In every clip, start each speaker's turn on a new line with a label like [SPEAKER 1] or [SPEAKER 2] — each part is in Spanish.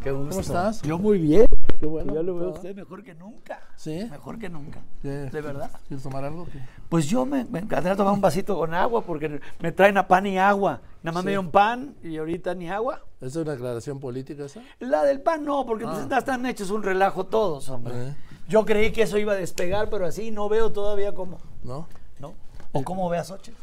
[SPEAKER 1] Qué gusto.
[SPEAKER 2] ¿Cómo estás?
[SPEAKER 1] Yo muy bien.
[SPEAKER 2] Qué bueno.
[SPEAKER 1] Ya lo veo a
[SPEAKER 2] Ah.
[SPEAKER 1] usted mejor que nunca.
[SPEAKER 2] Sí.
[SPEAKER 1] Mejor que nunca.
[SPEAKER 2] ¿Qué?
[SPEAKER 1] ¿De verdad?
[SPEAKER 2] ¿Quieres tomar algo? ¿Qué?
[SPEAKER 1] Pues yo me, me encantaría tomar un vasito con agua porque me traen a pan y agua. Nada más
[SPEAKER 2] Sí.
[SPEAKER 1] me dieron pan y ahorita ni agua.
[SPEAKER 2] ¿Es una aclaración política esa?
[SPEAKER 1] La del pan no, porque
[SPEAKER 2] Ah.
[SPEAKER 1] pues ya están hechos un relajo todos, hombre.
[SPEAKER 2] Eh.
[SPEAKER 1] Yo creí que eso iba a despegar, pero así no veo todavía cómo.
[SPEAKER 2] ¿No?
[SPEAKER 1] ¿No? ¿O cómo ve a Xochitl?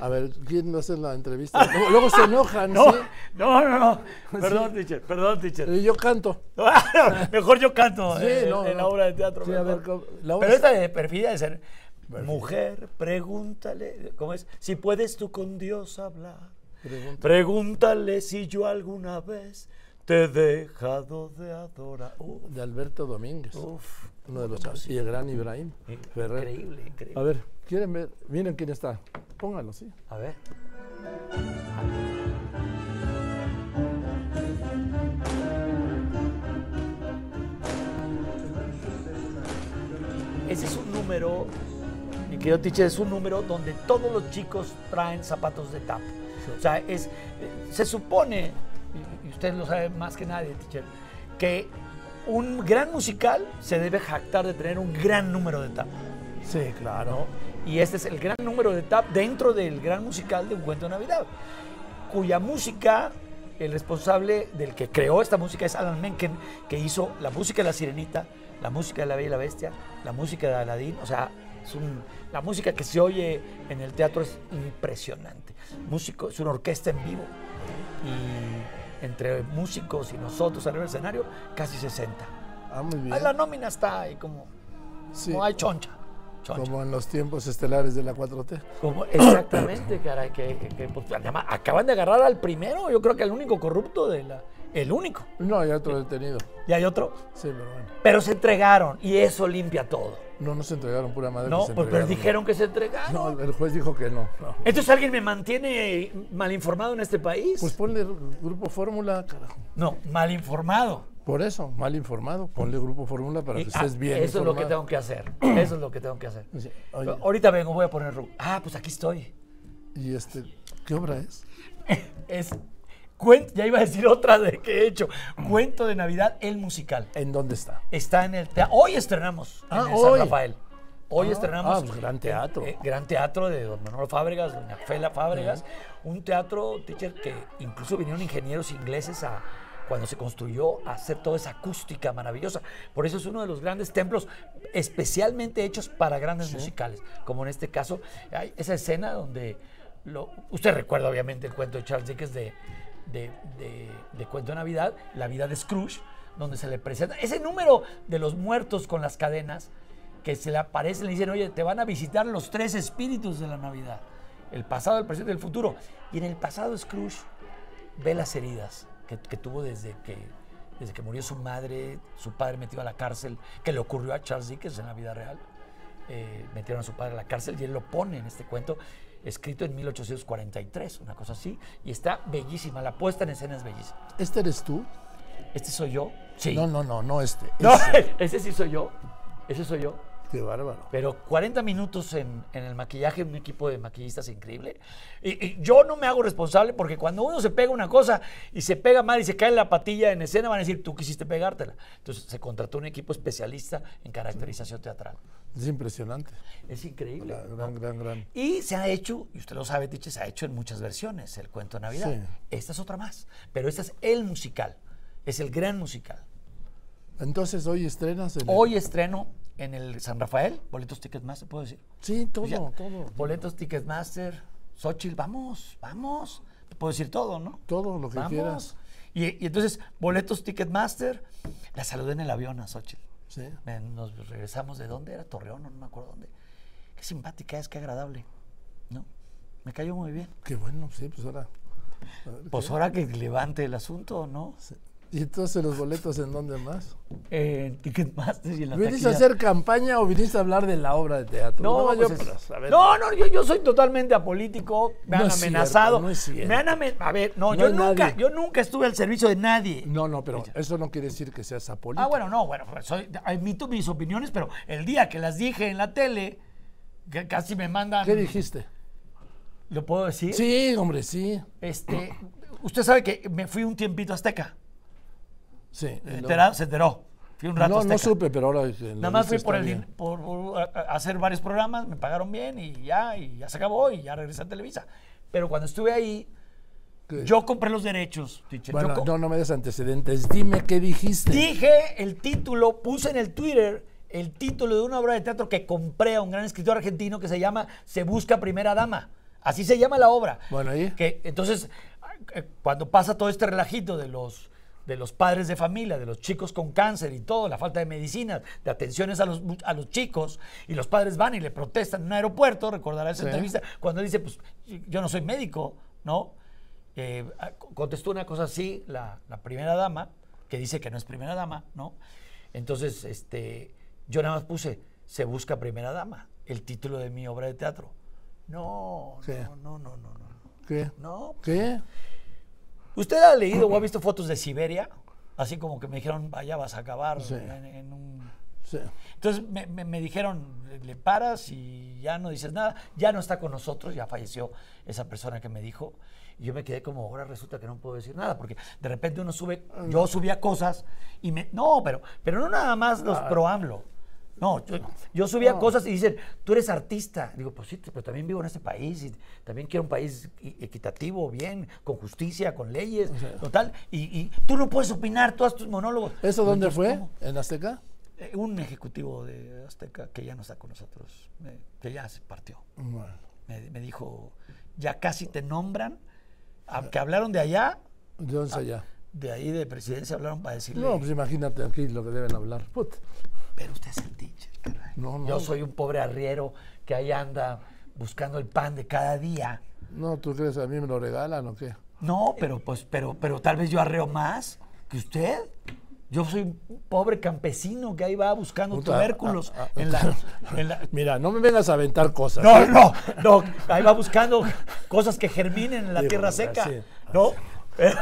[SPEAKER 2] A ver, ¿quién va a hacer la entrevista? Luego, luego se enojan,
[SPEAKER 1] No,
[SPEAKER 2] ¿sí?
[SPEAKER 1] no, no, no. Perdón, teacher, perdón, teacher.
[SPEAKER 2] Eh, Yo canto.
[SPEAKER 1] mejor yo canto
[SPEAKER 2] Sí,
[SPEAKER 1] en,
[SPEAKER 2] no,
[SPEAKER 1] en la
[SPEAKER 2] no.
[SPEAKER 1] obra de teatro.
[SPEAKER 2] Sí, a
[SPEAKER 1] mejor.
[SPEAKER 2] ver, ¿cómo- la obra
[SPEAKER 1] Pero
[SPEAKER 2] es-
[SPEAKER 1] esta de perfil de ser mujer, pregúntale, ¿cómo es? Si puedes tú con Dios hablar,
[SPEAKER 2] Pregunta.
[SPEAKER 1] pregúntale si yo alguna vez te he dejado de adorar. Uf,
[SPEAKER 2] Oh, De Alberto Domínguez,
[SPEAKER 1] uf,
[SPEAKER 2] uno de los chavos. Y el gran Ibrahim Ferrer.
[SPEAKER 1] Oh. increíble, increíble.
[SPEAKER 2] A ver, ¿quieren ver? Miren quién está. Pónganlo, sí.
[SPEAKER 1] A ver. Ese es un número, mi querido teacher, es un número donde todos los chicos traen zapatos de tap. O sea, es, se supone, y- y usted lo sabe más que nadie, teacher, que un gran musical se debe jactar de tener un gran número de tap.
[SPEAKER 2] Sí, claro.
[SPEAKER 1] Y este es el gran número de tap dentro del gran musical de Un Cuento de Navidad, cuya música, el responsable del que creó esta música es Alan Menken, que hizo la música de La Sirenita, la música de La Bella y la Bestia, la música de Aladdin, o sea, es un- la música que se oye en el teatro es impresionante. Músico, es una orquesta en vivo y entre músicos y nosotros arriba del escenario, casi 60.
[SPEAKER 2] Ah, muy bien.
[SPEAKER 1] Ahí La nómina está ahí como,
[SPEAKER 2] Sí,
[SPEAKER 1] como hay choncha. choncha.
[SPEAKER 2] como en los tiempos estelares de la 4T.
[SPEAKER 1] Como- exactamente, caray, que, que- que, pues, además, acaban de agarrar al primero, yo creo que al único corrupto de la, el único.
[SPEAKER 2] No, hay otro detenido.
[SPEAKER 1] Y hay otro,
[SPEAKER 2] Sí, pero bueno.
[SPEAKER 1] pero se entregaron y eso limpia todo.
[SPEAKER 2] No nos entregaron pura madre.
[SPEAKER 1] No,
[SPEAKER 2] pues se
[SPEAKER 1] pues, pero
[SPEAKER 2] entregaron.
[SPEAKER 1] dijeron que se entregaron.
[SPEAKER 2] No, el juez dijo que no. no.
[SPEAKER 1] Entonces alguien me mantiene mal informado en este país.
[SPEAKER 2] Pues ponle grupo fórmula, carajo.
[SPEAKER 1] no, mal informado.
[SPEAKER 2] Por eso, mal informado. Ponle grupo fórmula para que
[SPEAKER 1] Y, ah,
[SPEAKER 2] estés bien
[SPEAKER 1] eso es lo que tengo
[SPEAKER 2] informado.
[SPEAKER 1] que hacer. Eso es lo que tengo que hacer.
[SPEAKER 2] Sí, oye.
[SPEAKER 1] Ahorita vengo, voy a poner. ru- Ah, pues aquí estoy.
[SPEAKER 2] Y este, ¿qué obra es?
[SPEAKER 1] Es cuen- ya iba a decir otra de que he hecho. Cuento de Navidad, el musical.
[SPEAKER 2] ¿En dónde está?
[SPEAKER 1] está en el teatro. Hoy estrenamos
[SPEAKER 2] Ah,
[SPEAKER 1] en el San
[SPEAKER 2] hoy.
[SPEAKER 1] Rafael. Hoy
[SPEAKER 2] Ah,
[SPEAKER 1] estrenamos.
[SPEAKER 2] ah, pues, gran teatro.
[SPEAKER 1] eh, gran teatro de don Manuel Fábregas, doña Fela Fábregas. Un teatro, teacher, que incluso vinieron ingenieros ingleses a cuando se construyó a hacer toda esa acústica maravillosa. Por eso es uno de los grandes templos especialmente hechos para grandes musicales, como en este caso, hay esa escena donde lo- usted recuerda obviamente el cuento de Charles Dickens de, de, de- de Cuento de Navidad, La vida de Scrooge, donde se le presenta ese número de los muertos con las cadenas que se le aparecen, le dicen, oye, te van a visitar los tres espíritus de la Navidad, el pasado, el presente y el futuro. Y en el pasado Scrooge ve las heridas que, que tuvo desde que, desde que murió su madre, su padre metido a la cárcel, que le ocurrió a Charles Dickens en la vida real. Eh, metieron a su padre a la cárcel y él lo pone en este cuento, escrito en 1843, una cosa así, y está bellísima, la puesta en escena es bellísima.
[SPEAKER 2] ¿Este eres tú?
[SPEAKER 1] ¿Este soy yo? Sí.
[SPEAKER 2] No, no, no, no este.
[SPEAKER 1] No,
[SPEAKER 2] Ese.
[SPEAKER 1] ese sí soy yo, ese soy yo.
[SPEAKER 2] Qué bárbaro.
[SPEAKER 1] Pero 40 minutos en, en el maquillaje, un equipo de maquillistas increíble. Y, y yo no me hago responsable porque cuando uno se pega una cosa y se pega mal y se cae la patilla en escena, van a decir, tú quisiste pegártela. Entonces se contrató un equipo especialista en caracterización teatral.
[SPEAKER 2] Es impresionante.
[SPEAKER 1] Es increíble.
[SPEAKER 2] La- gran, gran, gran.
[SPEAKER 1] Y se ha hecho, y usted lo sabe, Tiche, se ha hecho en muchas versiones el cuento de Navidad.
[SPEAKER 2] Sí.
[SPEAKER 1] Esta es otra más, pero esta es el musical, es el gran musical.
[SPEAKER 2] Entonces, hoy estrenas. En el-
[SPEAKER 1] Hoy estreno en el San Rafael, boletos tickets más, ¿se puede decir?
[SPEAKER 2] Sí, todo,
[SPEAKER 1] Ya,
[SPEAKER 2] todo.
[SPEAKER 1] Boletos, Ticketmaster, Xochitl, vamos, vamos. Te puedo decir todo, ¿no?
[SPEAKER 2] Todo lo que
[SPEAKER 1] vamos.
[SPEAKER 2] quieras.
[SPEAKER 1] Y, y entonces, boletos, Ticketmaster. La saludé en el avión a Xochitl.
[SPEAKER 2] Sí.
[SPEAKER 1] Me- Nos regresamos de dónde era, Torreón, no me acuerdo dónde. Qué simpática es, qué agradable. ¿No? Me cayó muy bien.
[SPEAKER 2] Qué bueno, sí, pues ahora. a ver,
[SPEAKER 1] Pues ahora que levante el asunto, ¿no?
[SPEAKER 2] sí. ¿Y entonces los boletos en dónde más?
[SPEAKER 1] Eh, En Ticketmaster y en la
[SPEAKER 2] ¿Viniste
[SPEAKER 1] taquilla.
[SPEAKER 2] a hacer campaña o viniste a hablar de la obra de teatro?
[SPEAKER 1] No,
[SPEAKER 2] yo,
[SPEAKER 1] pues es-
[SPEAKER 2] pues, a ver.
[SPEAKER 1] no, no, yo, yo soy totalmente apolítico, me
[SPEAKER 2] No
[SPEAKER 1] han
[SPEAKER 2] es cierto,
[SPEAKER 1] amenazado.
[SPEAKER 2] no es cierto.
[SPEAKER 1] Me han amen- a ver, no,
[SPEAKER 2] No
[SPEAKER 1] yo
[SPEAKER 2] hay
[SPEAKER 1] nunca,
[SPEAKER 2] nadie.
[SPEAKER 1] yo nunca estuve al servicio de nadie.
[SPEAKER 2] No, no, pero eso no quiere decir que seas apolítico.
[SPEAKER 1] Ah, bueno, no, bueno, pues soy- admito mis opiniones, pero el día que las dije en la tele, que casi me mandan.
[SPEAKER 2] ¿Qué dijiste?
[SPEAKER 1] ¿Lo puedo decir?
[SPEAKER 2] Sí, hombre, sí.
[SPEAKER 1] Este, usted sabe que me fui un tiempito a Azteca.
[SPEAKER 2] Sí. y
[SPEAKER 1] ¿Te
[SPEAKER 2] luego-
[SPEAKER 1] entera- se enteró. Fui un rato a
[SPEAKER 2] no, no
[SPEAKER 1] Azteca.
[SPEAKER 2] supe, pero ahora. eh, lo
[SPEAKER 1] Nada más fui
[SPEAKER 2] dices
[SPEAKER 1] por, el,
[SPEAKER 2] está
[SPEAKER 1] din-
[SPEAKER 2] bien.
[SPEAKER 1] por, por, a- a- hacer varios programas, me pagaron bien y ya, y ya se acabó y ya regresé a Televisa. Pero cuando estuve ahí,
[SPEAKER 2] ¿Qué?
[SPEAKER 1] yo compré los derechos. teacher. Yo
[SPEAKER 2] Bueno,
[SPEAKER 1] co-
[SPEAKER 2] no, no me des antecedentes. Dime qué dijiste.
[SPEAKER 1] Dije el título, puse en el Twitter el título de una obra de teatro que compré a un gran escritor argentino que se llama Se Busca Primera Dama. Así se llama la obra.
[SPEAKER 2] Bueno, ¿y?
[SPEAKER 1] Que, entonces, eh, cuando pasa todo este relajito de los, de los padres de familia, de los chicos con cáncer y todo, la falta de medicinas, de atenciones a los, mu- a los chicos, y los padres van y le protestan en un aeropuerto, recordará esa
[SPEAKER 2] Sí.
[SPEAKER 1] entrevista, cuando él dice, pues yo no soy médico, ¿no? Eh, a- contestó una cosa así la, la primera dama, que dice que no es primera dama, ¿no? Entonces, este, yo nada más puse, se busca primera dama, el título de mi obra de teatro. No,
[SPEAKER 2] Sí.
[SPEAKER 1] no, no, no, no, no.
[SPEAKER 2] ¿Qué?
[SPEAKER 1] No.
[SPEAKER 2] ¿Qué?
[SPEAKER 1] ¿Usted ha leído o ha visto fotos de Siberia? Así como que me dijeron, vaya, vas a acabar
[SPEAKER 2] Sí.
[SPEAKER 1] en, en un...
[SPEAKER 2] Sí.
[SPEAKER 1] Entonces me, me- me dijeron, le- le paras y ya no dices nada, ya no está con nosotros, ya falleció esa persona que me dijo. Y yo me quedé como, ahora resulta que no puedo decir nada, porque de repente uno sube, yo subía cosas y me... No, pero, pero no nada más los pro AMLO. No, yo, yo subía cosas y dicen, tú eres artista. Digo, pues sí, pero también vivo en este país y también quiero un país i- equitativo, bien, con justicia, con leyes, total. Y, y tú no puedes opinar, tú haz tus monólogos.
[SPEAKER 2] ¿Eso dónde
[SPEAKER 1] Entonces,
[SPEAKER 2] fue?
[SPEAKER 1] ¿cómo?
[SPEAKER 2] ¿En Azteca?
[SPEAKER 1] Eh, un ejecutivo de Azteca que ya no está con nosotros, eh, que ya se partió.
[SPEAKER 2] Bueno.
[SPEAKER 1] Me, me dijo, ya casi te nombran, a- que hablaron de allá, Ah.
[SPEAKER 2] ¿De dónde es allá?
[SPEAKER 1] de ahí de presidencia hablaron para decirle,
[SPEAKER 2] No, pues imagínate aquí lo que deben hablar. Put.
[SPEAKER 1] pero usted es el teacher, caray.
[SPEAKER 2] No, no.
[SPEAKER 1] Yo soy un pobre arriero que ahí anda buscando el pan de cada día.
[SPEAKER 2] No, ¿tú crees a mí me lo regalan o qué?
[SPEAKER 1] No, pero pues, pero, pero tal vez yo arreo más que usted. Yo soy un pobre campesino que ahí va buscando
[SPEAKER 2] Puta,
[SPEAKER 1] tubérculos
[SPEAKER 2] ah, ah,
[SPEAKER 1] en la- en la,
[SPEAKER 2] Mira, no me vengas a aventar cosas. ¿eh?
[SPEAKER 1] No, no, no. Ahí va buscando cosas que germinen en la
[SPEAKER 2] Digo,
[SPEAKER 1] tierra
[SPEAKER 2] así,
[SPEAKER 1] seca.
[SPEAKER 2] así.
[SPEAKER 1] ¿No? Pero,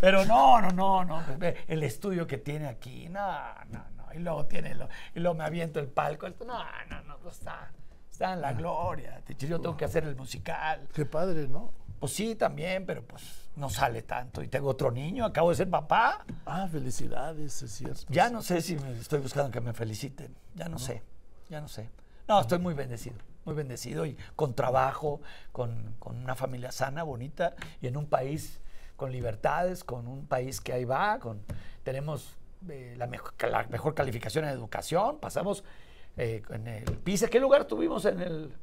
[SPEAKER 1] pero no, no, no, no. Pepe, El estudio que tiene aquí, no, no, no. Y luego tiene lo, y luego me aviento el palco. esto, No, no, no, pues está. Está en la gloria. te- Yo tengo que hacer el musical.
[SPEAKER 2] Qué padre, ¿no?
[SPEAKER 1] Pues sí, también, pero pues no sale tanto. Y tengo otro niño, acabo de ser papá.
[SPEAKER 2] Ah, felicidades, es cierto.
[SPEAKER 1] Ya no sé si me estoy buscando que me feliciten. Ya no sé. Ya no sé. No, estoy muy bendecido. Muy bendecido y con trabajo, con, con una familia sana, bonita y en un país con libertades, con un país que ahí va. Con, tenemos eh, la, mejor, la mejor calificación en educación. Pasamos eh, en el PISA. ¿Qué lugar tuvimos en el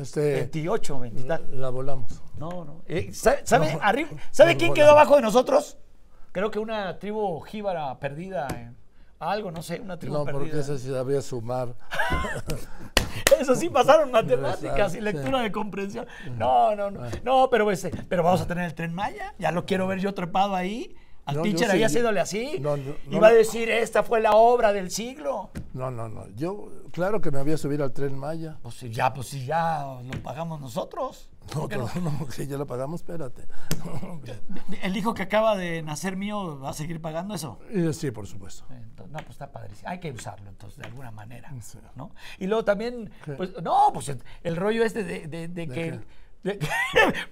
[SPEAKER 2] Este,
[SPEAKER 1] 28? 20 tal?
[SPEAKER 2] la volamos.
[SPEAKER 1] No, no. Eh, ¿Sabe, sabe, arri- ¿sabe quién quedó abajo de nosotros? Creo que una tribu jíbara perdida. en algo, no sé, una tribu
[SPEAKER 2] No,
[SPEAKER 1] perdida.
[SPEAKER 2] porque esa sí sabía sumar.
[SPEAKER 1] Eso sí pasaron matemáticas y
[SPEAKER 2] Exacto. Ah.
[SPEAKER 1] lectura de comprensión. No, no, no. No, pero, ese, pero vamos a tener el tren Maya. Ya lo quiero ver yo trepado ahí. Al
[SPEAKER 2] No, yo
[SPEAKER 1] teacher
[SPEAKER 2] sí,
[SPEAKER 1] ahí
[SPEAKER 2] yo-
[SPEAKER 1] haciéndole así.
[SPEAKER 2] No, no,
[SPEAKER 1] y
[SPEAKER 2] no
[SPEAKER 1] va a
[SPEAKER 2] lo-
[SPEAKER 1] decir, esta fue la obra del siglo.
[SPEAKER 2] No, no, no. Yo, claro que me había subido al tren Maya.
[SPEAKER 1] Pues sí, ya, pues sí, ya lo pagamos nosotros.
[SPEAKER 2] No,
[SPEAKER 1] ¿Por qué no?
[SPEAKER 2] todavía no, que ya lo pagamos, espérate.
[SPEAKER 1] El hijo que acaba de nacer mío va a seguir pagando eso.
[SPEAKER 2] Y Eh, sí, por supuesto.
[SPEAKER 1] Entonces, no, pues está padrísimo. Hay que usarlo, entonces, de alguna manera.
[SPEAKER 2] Sí.
[SPEAKER 1] ¿no? Y luego también, pues, no, pues el, el rollo este de, de- de que. de que-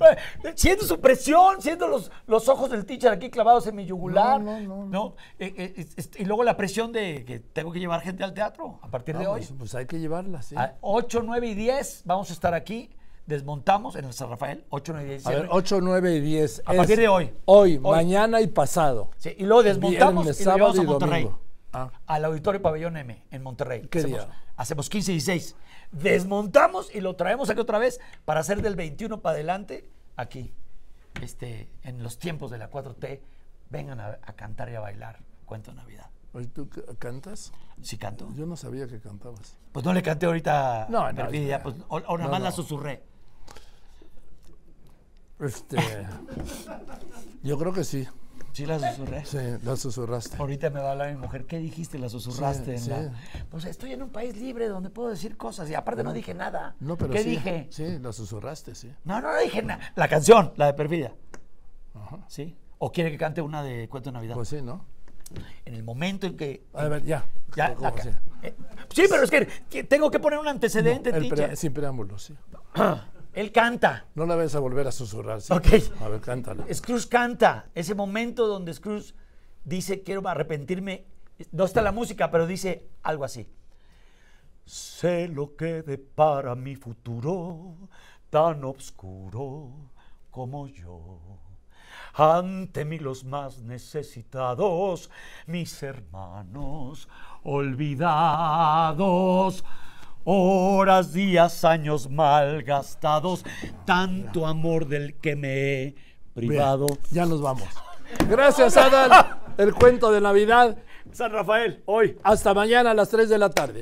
[SPEAKER 1] siento su presión, siento los, los ojos del teacher aquí clavados en mi yugular.
[SPEAKER 2] No, no, no,
[SPEAKER 1] Eh, eh, es- es- y luego la presión de que tengo que llevar gente al teatro a partir de
[SPEAKER 2] Ah,
[SPEAKER 1] hoy. Ah,
[SPEAKER 2] pues, pues hay que llevarla, sí.
[SPEAKER 1] A 8, 9 y 10 vamos a estar aquí. Desmontamos en el San Rafael, 8, 9 y 10.
[SPEAKER 2] A ver, 8, 9 y 10.
[SPEAKER 1] A partir de hoy.
[SPEAKER 2] Hoy,
[SPEAKER 1] Hoy.
[SPEAKER 2] mañana y pasado.
[SPEAKER 1] Sí, y luego desmontamos
[SPEAKER 2] Viernes,
[SPEAKER 1] y lo llevamos
[SPEAKER 2] sábado
[SPEAKER 1] a
[SPEAKER 2] y
[SPEAKER 1] Monterrey.
[SPEAKER 2] domingo. Ah.
[SPEAKER 1] Al Auditorio Pabellón M en Monterrey.
[SPEAKER 2] ¿Qué
[SPEAKER 1] hacemos,
[SPEAKER 2] día?
[SPEAKER 1] hacemos 15 y 16. Desmontamos y lo traemos aquí otra vez para hacer del 21 para adelante aquí. Este, en los tiempos de la 4T, vengan a, a cantar y a bailar. Cuento de Navidad.
[SPEAKER 2] Oye, ¿Tú c- cantas?
[SPEAKER 1] ¿Sí canto?
[SPEAKER 2] Yo no sabía que cantabas.
[SPEAKER 1] Pues no le canté ahorita.
[SPEAKER 2] No,
[SPEAKER 1] a
[SPEAKER 2] no,
[SPEAKER 1] Perfidia,
[SPEAKER 2] no.
[SPEAKER 1] pues, o, o nada
[SPEAKER 2] No,
[SPEAKER 1] más la
[SPEAKER 2] no.
[SPEAKER 1] susurré.
[SPEAKER 2] Este, yo creo que sí.
[SPEAKER 1] Sí la susurré.
[SPEAKER 2] Sí, la susurraste.
[SPEAKER 1] Ahorita me va a hablar mi mujer, ¿qué dijiste? La susurraste. en
[SPEAKER 2] Sí,
[SPEAKER 1] la- Pues estoy en un país libre donde puedo decir cosas y aparte no dije nada.
[SPEAKER 2] No, pero
[SPEAKER 1] ¿Qué
[SPEAKER 2] sí.
[SPEAKER 1] dije?
[SPEAKER 2] Sí, la susurraste, sí.
[SPEAKER 1] No, no, no dije nada. La canción, la de Perfidia. ¿Sí? ¿O quiere que cante una de Cuento de Navidad?
[SPEAKER 2] Pues sí, ¿no?
[SPEAKER 1] en el momento en que...
[SPEAKER 2] A ver, ya.
[SPEAKER 1] Ya,
[SPEAKER 2] Pues, ¿Cómo
[SPEAKER 1] la ca-
[SPEAKER 2] sí?
[SPEAKER 1] eh, sí, pero es que, que tengo que poner un antecedente,
[SPEAKER 2] El pre-
[SPEAKER 1] teacher.
[SPEAKER 2] sin preámbulos, sí.
[SPEAKER 1] Él canta.
[SPEAKER 2] No la vayas a volver a susurrar, sí.
[SPEAKER 1] Ok.
[SPEAKER 2] A ver, cántala.
[SPEAKER 1] Scrooge canta. Ese momento donde Scrooge dice, quiero arrepentirme, no está la música, pero dice algo así. Sé lo que depara mi futuro, tan oscuro como yo. Ante mí los más necesitados, mis hermanos olvidados. Horas, días, años malgastados, tanto amor del que me he privado.
[SPEAKER 2] Ya nos vamos. Gracias, Adal. El cuento de Navidad.
[SPEAKER 1] San Rafael, hoy.
[SPEAKER 2] Hasta mañana a las 3 de la tarde.